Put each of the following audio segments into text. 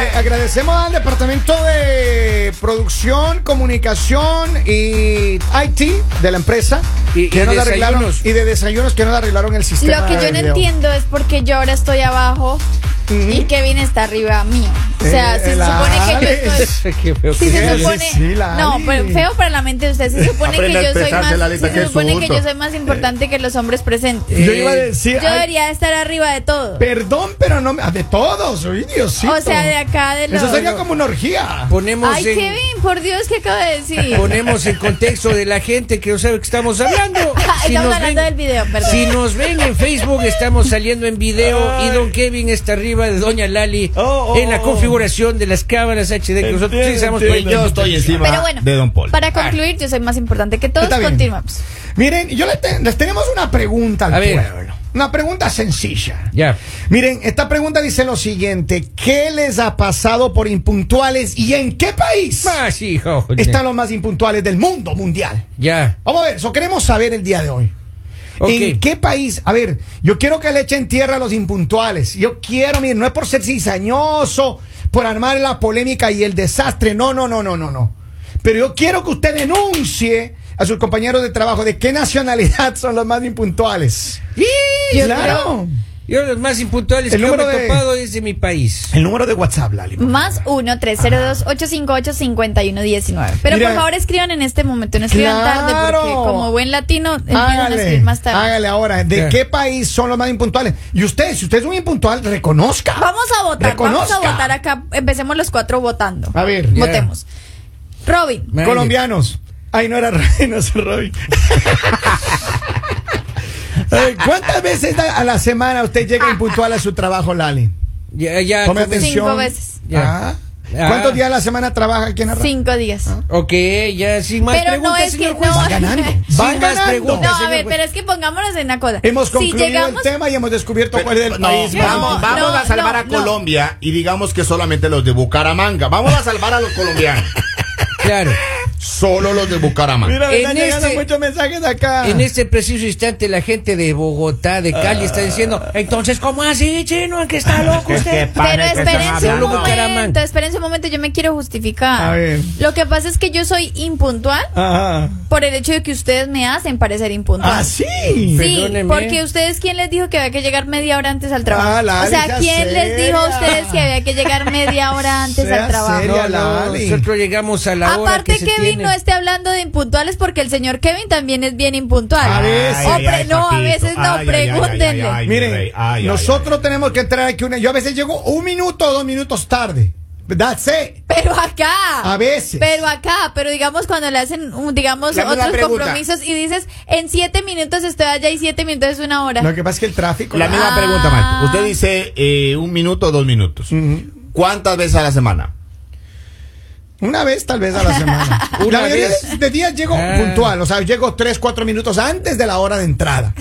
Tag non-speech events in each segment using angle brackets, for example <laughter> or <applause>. eh, agradecemos al departamento de producción, comunicación y IT de la empresa Y- y que nos desayunos. arreglaron y de desayunos que nos arreglaron el sistema. Lo que de yo no video. entiendo es por qué yo ahora estoy abajo y Kevin está arriba mío. O sea, ¿Mm? Eh, se la supone que yo estoy. Alex. Qué feo que Si Sí, se sí, eres. supone. sí, la no, Ali. pero feo para la mente de usted. Si se supone Aprenda a que yo soy expresarse, más. Lalita, si que se es su supone que gusto. yo soy más importante que los hombres presentes. <laughs> Yo Eh, iba a decir. Yo ay, debería estar arriba de todo. perdón, pero no me. ah, De todos, uy, Diosito. O sea, de acá de los. Eso sería como una orgía. Ponemos Ay, en, Kevin, por Dios, ¿qué acabo de decir? <laughs> ponemos en contexto de la gente que no sabe que estamos hablando. Si Estamos nos hablando del ven- video, perdón. Si nos ven en Facebook, estamos saliendo en video y Don Kevin está arriba de Doña Lali Oh, oh, en la oh, configuración de las cámaras HD que nosotros Entiendo, utilizamos entiendo. para- Yo estoy encima Pero bueno, de Don Paul. para concluir, yo soy más importante que todos. Está bien. Continuamos. Miren, yo les, te- les tenemos una pregunta al A ver. pueblo. Una pregunta sencilla. Ya. Miren, esta pregunta dice lo siguiente: ¿Qué les ha pasado por impuntuales y en qué país Más, Ah, hijo. están los más impuntuales del mundo mundial? Ya. Vamos a ver, eso queremos saber el día de hoy. Ok. ¿En qué país? A ver, yo quiero que le echen tierra a los impuntuales. Yo quiero, miren, no es por ser cizañoso, por armar la polémica y el desastre. No, no, no, no, no, no. Pero yo quiero que usted denuncie a sus compañeros de trabajo de qué nacionalidad son los más impuntuales. Yo claro. Yo los más impuntuales El que yo me número he de- topado es de mi país. El número de WhatsApp, Lali. Más 1-302-858-5119. Pero Mira. por favor escriban en este momento, no escriban tarde, Claro. porque como buen latino empiezan a Hágale, escribir más tarde. hágale ahora. ¿De Ya. qué país son los más impuntuales? Y usted, si usted es un impuntual, reconozca. Vamos a votar, Reconozca. vamos a votar acá. Empecemos los cuatro votando. A ver. Ya. Votemos. Robin, Nadie. Colombianos. Ay, no era <laughs> Robin, no es <laughs> Robin. Eh, ¿Cuántas veces da- a la semana usted Ah. llega impuntual a su trabajo, Lali? Ya, ya. Tome come- atención. Cinco veces. Ya. Ya. Ah. ¿Cuántos días a la semana trabaja aquí en la radio? cinco días. Ok, ya, sin más Pero no preguntas, es que señor no. juez. Van <laughs> ganando. Sin Van más ganando. preguntas, No, a señor ver, juez. pero es que pongámonos en la cosa. Hemos si concluido llegamos, el tema y hemos descubierto Pero- cuál es el no, país. no, vamos, vamos no, a salvar no, a no. Colombia y digamos que solamente los de Bucaramanga. Vamos a salvar a los <laughs> colombianos. Claro. Solo los de Bucaramanga. Mira, En están llegando este- muchos mensajes acá. En este preciso instante, la gente de Bogotá, de Cali, está diciendo: Entonces, ¿cómo así, chino? ¿En qué <laughs> está loco usted? Pero espérense un hablando. momento, Bucaramanga. espérense un momento, yo me quiero justificar. A ver. Lo que pasa es que yo soy impuntual Ah. Ajá. por el hecho de que ustedes me hacen parecer impuntual. Ah, sí. Sí, Perdónenme. porque ustedes, ¿quién les dijo que había que llegar media hora antes al trabajo? Ah, la o sea, Alicia ¿quién les seria. dijo a ustedes que había que llegar <laughs> media hora antes Sea al trabajo? seria. No, no, Lali. nosotros llegamos a la hora. Aparte, este- que se Kevin tiene. no esté hablando de impuntuales porque el señor Kevin también es bien impuntual. A veces. O pre- no, a papito. veces no, Ay, ay, ay, ay, pregúntenle. ay, ay, mi Miren, rey. Ay, ay, nosotros tenemos que entrar aquí. Una, yo a veces llego un minuto o dos minutos tarde. That's it. Pero acá. A veces. Pero acá, pero digamos cuando le hacen, un- digamos, La misma otros pregunta. compromisos y dices, en siete minutos estoy allá y siete minutos es una hora. Lo que pasa es que el tráfico. La misma Ah. pregunta, Marco. Usted dice eh, un minuto o dos minutos. ¿Cuántas veces a la semana? Una vez tal vez a la semana. <laughs> Una la mayoría vez. de- de días llego Ah. puntual, o sea, llego tres, cuatro minutos antes de la hora de entrada.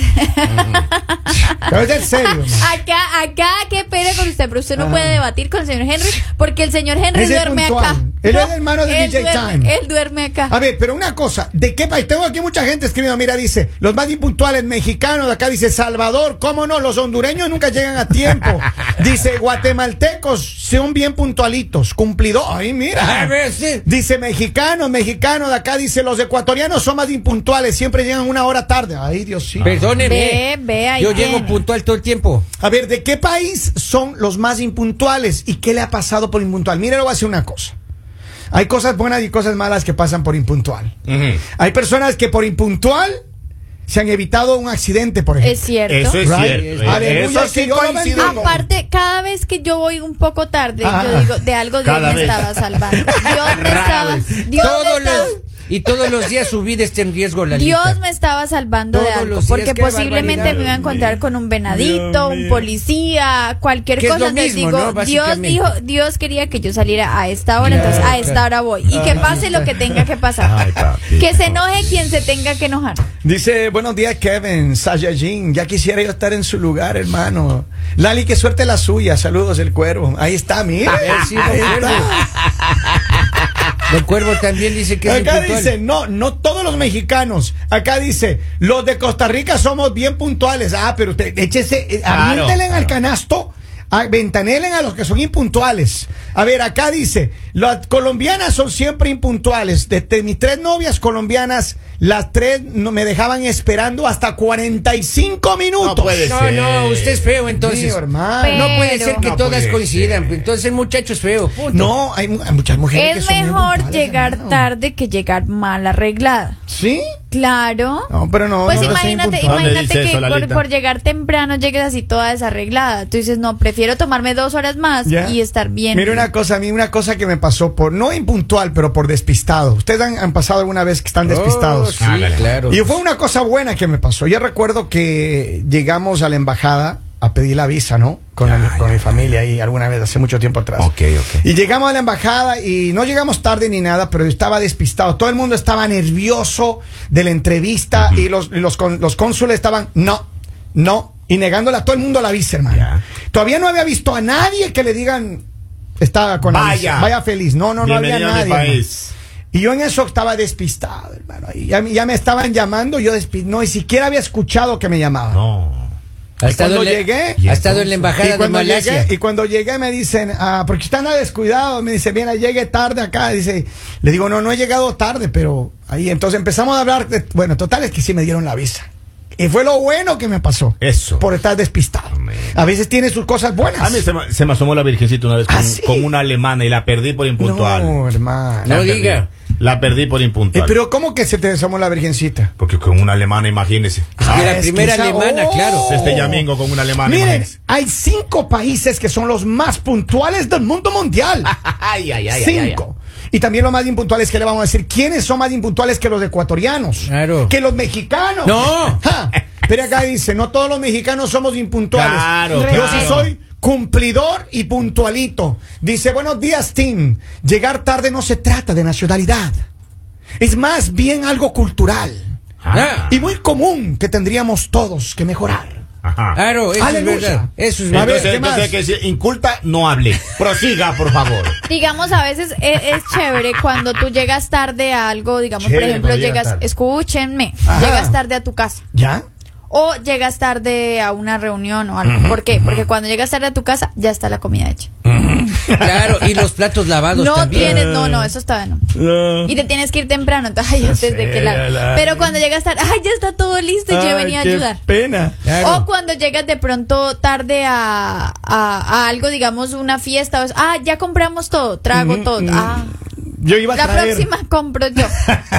Pero es en serio. man. Acá, acá, qué pena con usted, pero usted no puede debatir con el señor Henry porque el señor Henry Ah. Ese es duerme puntual. acá. Él No, es hermano de él DJ duerme- Time. Ah, Él duerme acá. A ver, pero una cosa, ¿de qué país? Tengo aquí mucha gente escribiendo, mira, dice, los más impuntuales mexicanos, acá dice Salvador, ¿cómo no? Los hondureños nunca llegan a tiempo. <laughs> Dice, guatemaltecos son bien puntualitos, cumplido. Ay, mira. <laughs> A ver, sí. Dice mexicanos, mexicanos de acá, dice los ecuatorianos son más impuntuales, siempre llegan una hora tarde. Ay, Dios sí. Perdóneme. Ve, ve, ahí Yo tiene. llego puntual todo el tiempo. A ver, ¿de qué país son los más impuntuales y qué le ha pasado por impuntual? Mire, le voy a decir una cosa. Hay cosas buenas y cosas malas que pasan por impuntual. Hay personas que por impuntual se han evitado un accidente, por ejemplo. Es cierto. Eso es Right. cierto. Aleluya, Eso que sí yo lo coincido. bendigo. Aparte, cada vez que yo voy un poco tarde, Ah. yo digo, de algo Dios Cada me vez. estaba salvando. Dios me Rara estaba, vez. Dios me todos estaba- los, y todos los días su vida está en riesgo, la Dios me estaba salvando de Todos algo, los días, porque qué posiblemente barbaridad. me iba a encontrar con un venadito, un policía, cualquier Que es cosa. lo Entonces mismo, digo, ¿no? Dios Básicamente. dijo, Dios quería que yo saliera a esta hora, Claro, entonces a esta claro. hora voy. Y que pase lo que tenga que pasar. Ay, papito. que se enoje quien se tenga que enojar. Dice, buenos días Kevin, Sayajin, ya quisiera yo estar en su lugar, hermano. Lali, qué suerte la suya, saludos el cuervo. Ahí está, <laughs> mira. Él sí, don Ahí Cuervo. está. Don Cuervo también dice que es Acá impuntual. dice, no, no todos los mexicanos. Acá dice, los de Costa Rica somos bien puntuales. Ah, pero usted, échese, eh, Claro. aviéntele al canasto a- ventanelen a los que son impuntuales. A ver, acá dice, las colombianas son siempre impuntuales. Desde mis tres novias colombianas, las tres no- me dejaban esperando hasta 45 minutos. puede No, no, usted es feo entonces. Sí, hermano. No puede ser que No todas puede coincidan. ser. Entonces el muchacho es feo. punto. No, hay, mu- hay muchas mujeres que Es son muy mejor puntuales, llegar hermano. tarde que llegar mal arreglada. ¿sí? Claro. No, pero no. Pues no, no sea imagínate, impuntual. ¿Dónde dice imagínate que eso, por, Lalita? por llegar temprano llegues así toda desarreglada. Tú dices, no, prefiero tomarme dos horas más Ya. y estar bien. Mira una cosa, a mí una cosa que me pasó por, no impuntual, pero por despistado. Ustedes han, han pasado alguna vez que están Oh, despistados. sí, Ándale. claro. Y fue una cosa buena que me pasó. Yo recuerdo que llegamos a la embajada a pedir la visa, ¿no? Con, la- con mi familia ahí alguna vez, hace mucho tiempo atrás. Ok, ok. Y llegamos a la embajada y no llegamos tarde ni nada, pero yo estaba despistado. Todo el mundo estaba nervioso de la entrevista y los, y los, con- los cónsules estaban, no, no, y negándole a todo el mundo la visa, hermano. Ya. Todavía no había visto a nadie que le digan, está con la Vaya. visa, vaya feliz. No, no, no había Bienvenido a nadie. mi hermano. país. Y yo en eso estaba despistado, hermano. Y ya, ya me estaban llamando, yo despi- no, ni siquiera había escuchado que me llamaban. No. Ha Y estado cuando en la- llegué- ha estado en la embajada Y de cuando, Malasia. llegué, <laughs> y cuando llegué me dicen, ah, porque están a descuidado, me dice, mira, llegué tarde acá, dice, le digo, no, no he llegado tarde, pero ahí, entonces empezamos a hablar, de- bueno, total es que sí me dieron la visa. Y fue lo bueno que me pasó. Eso. Por estar despistado. Amén. A veces tiene sus cosas buenas. A mí se Ah, me, se me asomó la virgencita una vez con, ¿Ah, sí? con una alemana y la perdí por impuntual. No, hermano. No La perdí. diga. La perdí por Eh, impuntual. pero ¿cómo que se te desarmó la virgencita? Porque con una alemana, imagínese. Y Ah, la es primera que esa- alemana, oh. claro. Este Yamingo con una alemana, Miren, imagínese. hay cinco países que son los más puntuales del mundo mundial. Ah, Ay, ay, ay, ay, ay, Cinco. Y también los más impuntuales que le vamos a decir, ¿quiénes son más impuntuales que los ecuatorianos? Claro. Que los mexicanos. No. Ja. Pero acá dice, no todos los mexicanos somos impuntuales. Claro, Yo claro. sí soy cumplidor y puntualito. Dice, buenos días, Tim. Llegar tarde no se trata de nacionalidad. Es más bien algo cultural. Ah. Y muy común que tendríamos todos que mejorar. Ajá. Claro, eso Aleluya. es verdad. Eso es A ver, Entonces, ¿qué verdad. más? entonces que si inculta, no hable. Prosiga, por favor. Digamos, a veces es, es chévere cuando tú llegas tarde a algo, digamos, Chévere por ejemplo, cuando llegas llegas, tarde. escúchenme, Ajá. llegas tarde a tu casa. ¿Ya? O llegas tarde a una reunión o algo. ¿Por qué? Porque cuando llegas tarde a tu casa, ya está la comida hecha. <laughs> Claro, y Ah, los platos lavados No también. tienes, no, no, eso está no. Y te tienes que ir temprano, entonces, ay, antes de que la- la- Pero cuando llegas tarde, ay, ya está todo listo, yo venía a ayudar. Pena. Claro. O cuando llegas de pronto tarde a, a, a algo, digamos, una fiesta, o es, ah, ya compramos todo, trago todo. Ah, Yo iba a la traer. próxima compro yo. <laughs>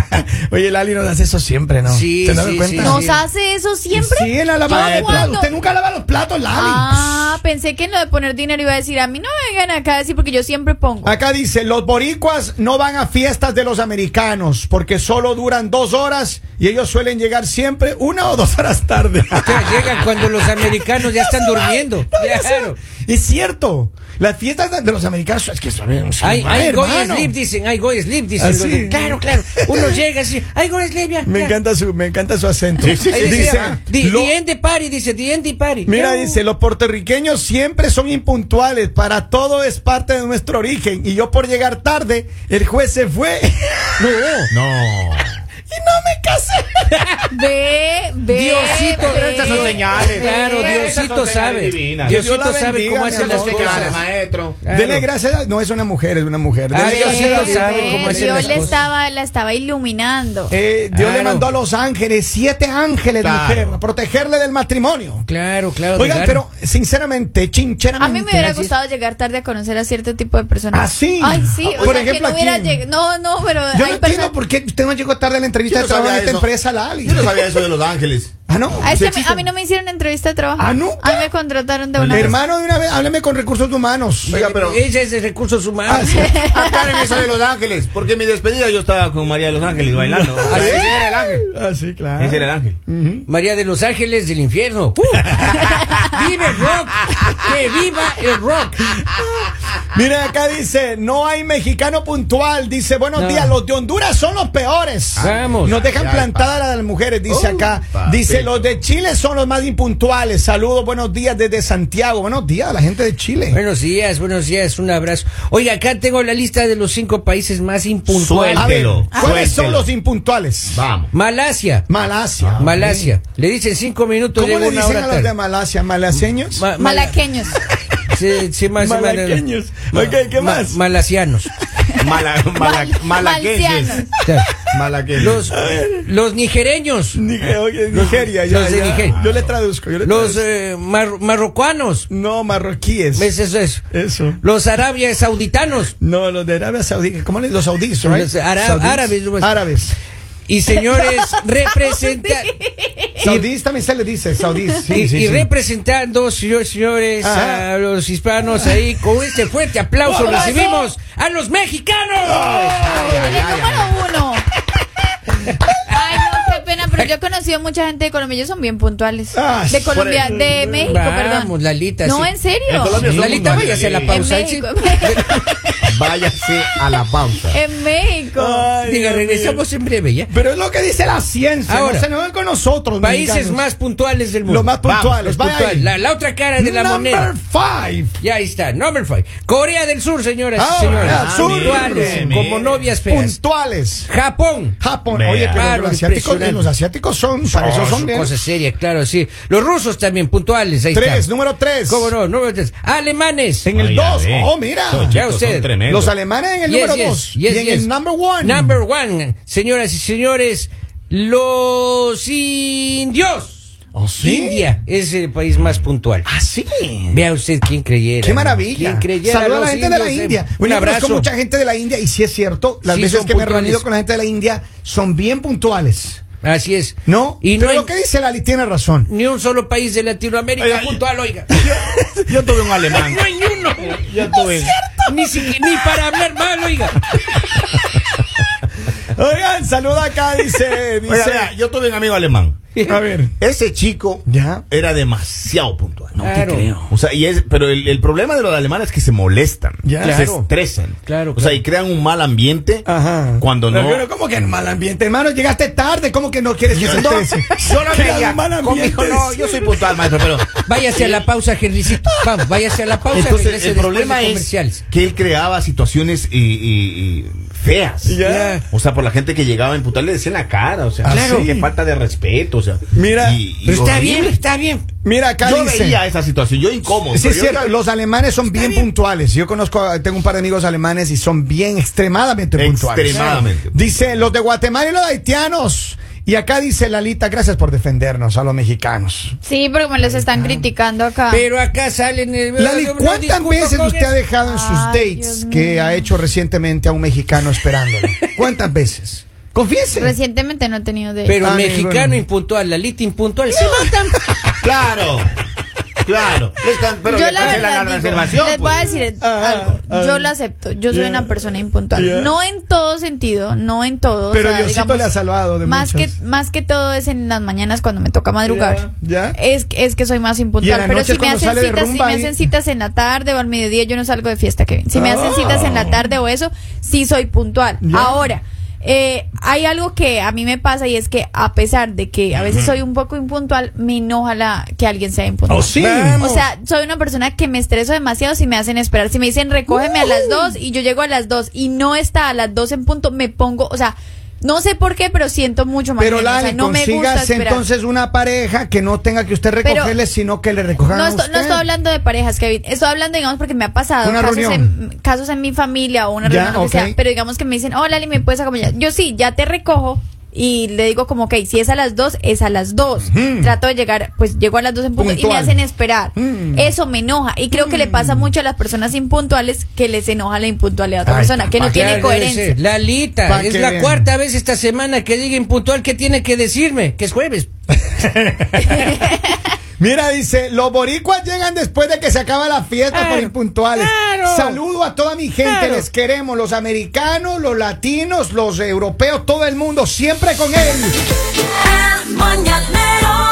Oye, Lali nos hace eso siempre, ¿no? Sí, ¿Te has dado sí, cuenta? sí, ¿Nos sí. hace eso siempre? Sí, en la lavada ¿Yo de platos. cuándo? Usted nunca lava los platos, Lali. Ah, pensé que en lo de poner dinero iba a decir, a mí no me vengan acá a decir porque yo siempre pongo. Acá dice, los boricuas no van a fiestas de los americanos porque solo duran dos horas y ellos suelen llegar siempre una o dos <laughs> horas tarde. O <laughs> sea, llegan cuando los americanos ya están durmiendo. Claro. es cierto, las fiestas de los americanos es que son un Ay, mal, ay, go to hermano. sleep, dicen, ay, go to sleep, dicen. Así. Claro, claro. Uno llega así, ay, go to sleep, ya. Me ya. encanta su, me encanta su acento. Sí, sí, sí, Ahí "Ah, sí. dice, decía, The, lo- the end the party, dice, the end the party. Mira, Claro. dice, los puertorriqueños siempre son impuntuales, para todo es parte de nuestro origen. Y yo por llegar tarde, el juez se fue <laughs> y No. No. no me casé. Ve, ve. Diosito, ve, pero estas son señales. Claro, ve. Dios. Diosito Esas son sabe. señales divinas. Dios Diosito la sabe bendiga, cómo mi hacen las amor. cosas. maestro. Claro. Dele gracias. a- No, es una mujer, es una mujer. Dele Ah, gracias. Diosito Ve, sabe ve, cómo hacen Dios las le cosas. estaba, la estaba iluminando. Eh, Dios le Claro. mandó a los ángeles, siete ángeles, Claro. mujer, a protegerle del matrimonio. Claro, claro. Oigan, claro. pero sinceramente, A chincheramente. mí me hubiera así- gustado llegar tarde a conocer a cierto tipo de personas. ¿Ah, sí? Ay, sí. Ah, O por sea, ejemplo, que no hubiera aquí. llegado. No, no, pero Yo hay no personas. entiendo por qué usted no llegó tarde a la entrevista Yo de no trabajo de sabía esta eso. empresa, Lali. Yo no sabía eso de los ángeles. Ah, no. Ah, es Sí que a mí- a existen. mí no me hicieron entrevista de trabajo. Ah, ¿nunca? A mí me contrataron de una vez. Hermano, de una vez, háblame con recursos humanos. Oiga, pero. Ella es de recursos Ah, humanos. sí. Aclaren eso de los ángeles. Porque en mi despedida yo estaba con María de los Ángeles bailando. O sea, Ese era el ángel. Ah, sí, claro. Ese era el ángel. María de los Ángeles del Infierno. ¡Uh! <laughs> ¡Vive el rock! ¡Que viva el rock! Mira, acá dice, no hay mexicano puntual. Dice, buenos No. días, los de Honduras son los peores. Vamos. Nos dejan Ah, Ay, plantadas las mujeres, dice Uh, acá. papito. Dice, los de Chile son los más impuntuales. Saludos, buenos días desde Santiago. Buenos días a la gente de Chile. Buenos días, buenos días, un abrazo. Oiga, acá tengo la lista de los cinco países más impuntuales. a ver, suéltelo, ¿cuáles suéltelo. son los impuntuales? Vamos. Malasia. Malasia. Ah, Malasia. Le dicen cinco minutos, Ah, ¿Cómo llega le una dicen hora a los tarde. de Malasia? ¿Malaseños? Ma- mala- Malaqueños. Sí, sí, más- Malaqueños. Ok, ¿qué ma- más? <laughs> Malasianos. Mala, mala, <laughs> Mal- malaquenses. malcianos. O sea, Malaquenses. los, los nigereños. Nige- oye, Nigeria, ya, Los de ya. Nigeria. Yo le traduzco, yo le Los traduzco. eh, mar- marrocuanos. No, marroquíes. ¿Ves eso es? Eso. Los árabes sauditanos. No, los de Arabia Saudí. ¿Cómo le Los saudíes, right? Los ara- Saudíes. árabes, ¿no? Árabes. Y <laughs> señores, representa Saudís también se le dice, saudís. sí, <laughs> y, sí, y sí. representando, señores, señores, Ajá. a los hispanos ahí, con este fuerte aplauso ¡Vamos! recibimos a los mexicanos. En el número uno. Ay, no, qué pena, pero yo he conocido mucha gente de Colombia. Ellos son bien puntuales. Ah, De Colombia, por- de México, Vamos, perdón. Lalita. No, sí. en serio. En Colombia son Lalita, muy váyase a la valientes. pausa. En ahí sí. Váyase a la pausa. <laughs> En México. Ah. Ay, Diga, Dios regresamos en breve, ¿ya? Pero es lo que dice la ciencia. Ahora, no se ven con nosotros. Países mexicanos. más puntuales del mundo. Los más puntuales. Vamos, vaya ahí. puntual. La, la otra cara de la Number moneda. five. Ya ahí está, number five. Corea del Sur, señoras Ah, y señores. Corea del Sur. Puntuales, Ah, Miren, como miren. novias feas. Puntuales. Japón. Japón. Vea. Oye, pero Claro, los, asiáticos, impresionante. los asiáticos son, para eso son bien. Cosa seria, claro, sí. Los rusos también puntuales, ahí Tres, está. número tres. ¿Cómo no? Número tres. Alemanes. En el Oiga, dos. ve. Oh, mira. Esos Ya chicos usted. son tremendos. Los alemanes en el Yes, número yes, dos. yes, y en yes. el number one. Number one, señoras y señores, los indios. ¿Oh, sí? India es el país más puntual. Así. Vea usted quién creyera. Qué ¿Quién maravilla. creyera Saluda a la los gente de la indios, eh. India. Un Bueno, yo abrazo. conozco mucha gente de la India y sí es cierto, las Sí, veces son que me he puntuales. reunido con la gente de la India son bien puntuales. Así es. ¿No? Y no Pero hay lo que dice Lali tiene razón. ni un solo país de Latinoamérica Oiga, puntual, oiga. <laughs> Yo tuve un alemán. No hay ni uno. Yo tuve. Ni, siquiera- ni para hablar mal, oiga. Oigan, saluda acá, dice. Eh, Oiga, vea, yo tuve un amigo alemán. a ver. Ese chico Ya. era demasiado puntual. No te Claro. creo. O sea, y es, pero el, el problema de los alemanes es que se molestan, Ya. se Claro. estresan. Claro, O sea, claro. y crean un mal ambiente Ajá. cuando no. Pero, pero ¿cómo que en mal ambiente? Hermano, llegaste tarde, ¿cómo que no quieres que <laughs> se No, estrese? yo no Qué quería. mal ambiente. Conmigo no, yo soy puntual, maestro, pero. Váyase a la pausa, Henrycito. Vamos, váyase a la pausa. Entonces, regrese el después problema de es comerciales. que él creaba situaciones eh, eh, eh, feas. Ya. O sea, por la gente que llegaba a imputar le decía en la cara, o sea, Ah, claro. sí. qué falta de respeto, o sea. Mira, Pero está horrible. bien, está bien. Mira acá Yo dice. veía esa situación, yo incómodo. Sí, pero es yo- cierto, los alemanes son bien, puntuales. Yo conozco, a- tengo un par de amigos alemanes y son bien extremadamente puntuales. Extremadamente. Dice, los de Guatemala y los haitianos. Y acá dice Lalita, gracias por defendernos a los mexicanos. Sí, porque me los están criticando acá. Pero acá salen. El... Lali, no ¿cuántas discuto veces con usted eso. ha dejado en sus Ay, dates Dios que mío. ha hecho recientemente a un mexicano esperándolo? ¿Cuántas veces? Confiese. Recientemente no he tenido de Pero Ah, mexicano bueno. impuntual, Lalita impuntual. Se matan. Claro, claro. Les can- pero yo le la cancelan verdad la digo, reservación. les voy pues. a decir Ah, Ajá, algo. ajá. Yo lo acepto. Yo soy Ya. una persona impuntual. Ya. No en todo sentido, no en todo. Pero Diosito le ha salvado de más muchas. que Más que todo es en las mañanas cuando me toca madrugar. Ya, ya. Es, es que soy más Y en impuntual. la Pero noche si me, cuando hacen sale de citas, si rumba me ahí- hacen citas en la tarde o al mediodía, yo no salgo de fiesta, Kevin. Si me hacen citas en la tarde o eso, sí soy puntual. Ah. Ya. Ahora. eh, hay algo que a mí me pasa y es que a pesar de que a veces soy un poco impuntual, me enoja la- que alguien sea impuntual. Oh, sí. Ah, O sea, soy una persona que me estreso demasiado si me hacen esperar. Si me dicen recógeme a las dos y yo llego a las dos y no está a las dos en punto, me pongo, o sea, no sé por qué, pero siento mucho más. Pero bien, o sea, Lali, no me gusta consigas esperar. entonces una pareja que no tenga que usted Pero- recogerle, sino que le recojan No, a esto- usted. no estoy hablando de parejas, Kevin. Estoy hablando, digamos, porque me ha pasado Una casos, reunión. En, casos en mi familia o una Ya, reunión, lo que ok. sea, pero digamos que me dicen, hola, Lali, ¿me puedes acompañar? Yo sí, ya te recojo. Y le digo como, ok, si es a las dos, es a las dos. Trato de llegar, pues llego a las dos en punto y me Puntual. hacen esperar. Mm. Eso me enoja. Y creo que le pasa mucho a las personas impuntuales que les enoja la impuntualidad de otra Ay, persona, que no papá, tiene Claro, debe coherencia. ser. Lalita, Pa' es que la vean. cuarta vez esta semana que diga impuntual. ¿Qué tiene que decirme? Que es jueves. Mira, dice, los boricuas llegan después de que se acaba la fiesta Claro, por impuntuales. claro. Saludo a toda mi gente, Claro. les queremos, los americanos, los latinos, los europeos, todo el mundo, siempre con él. El mañanero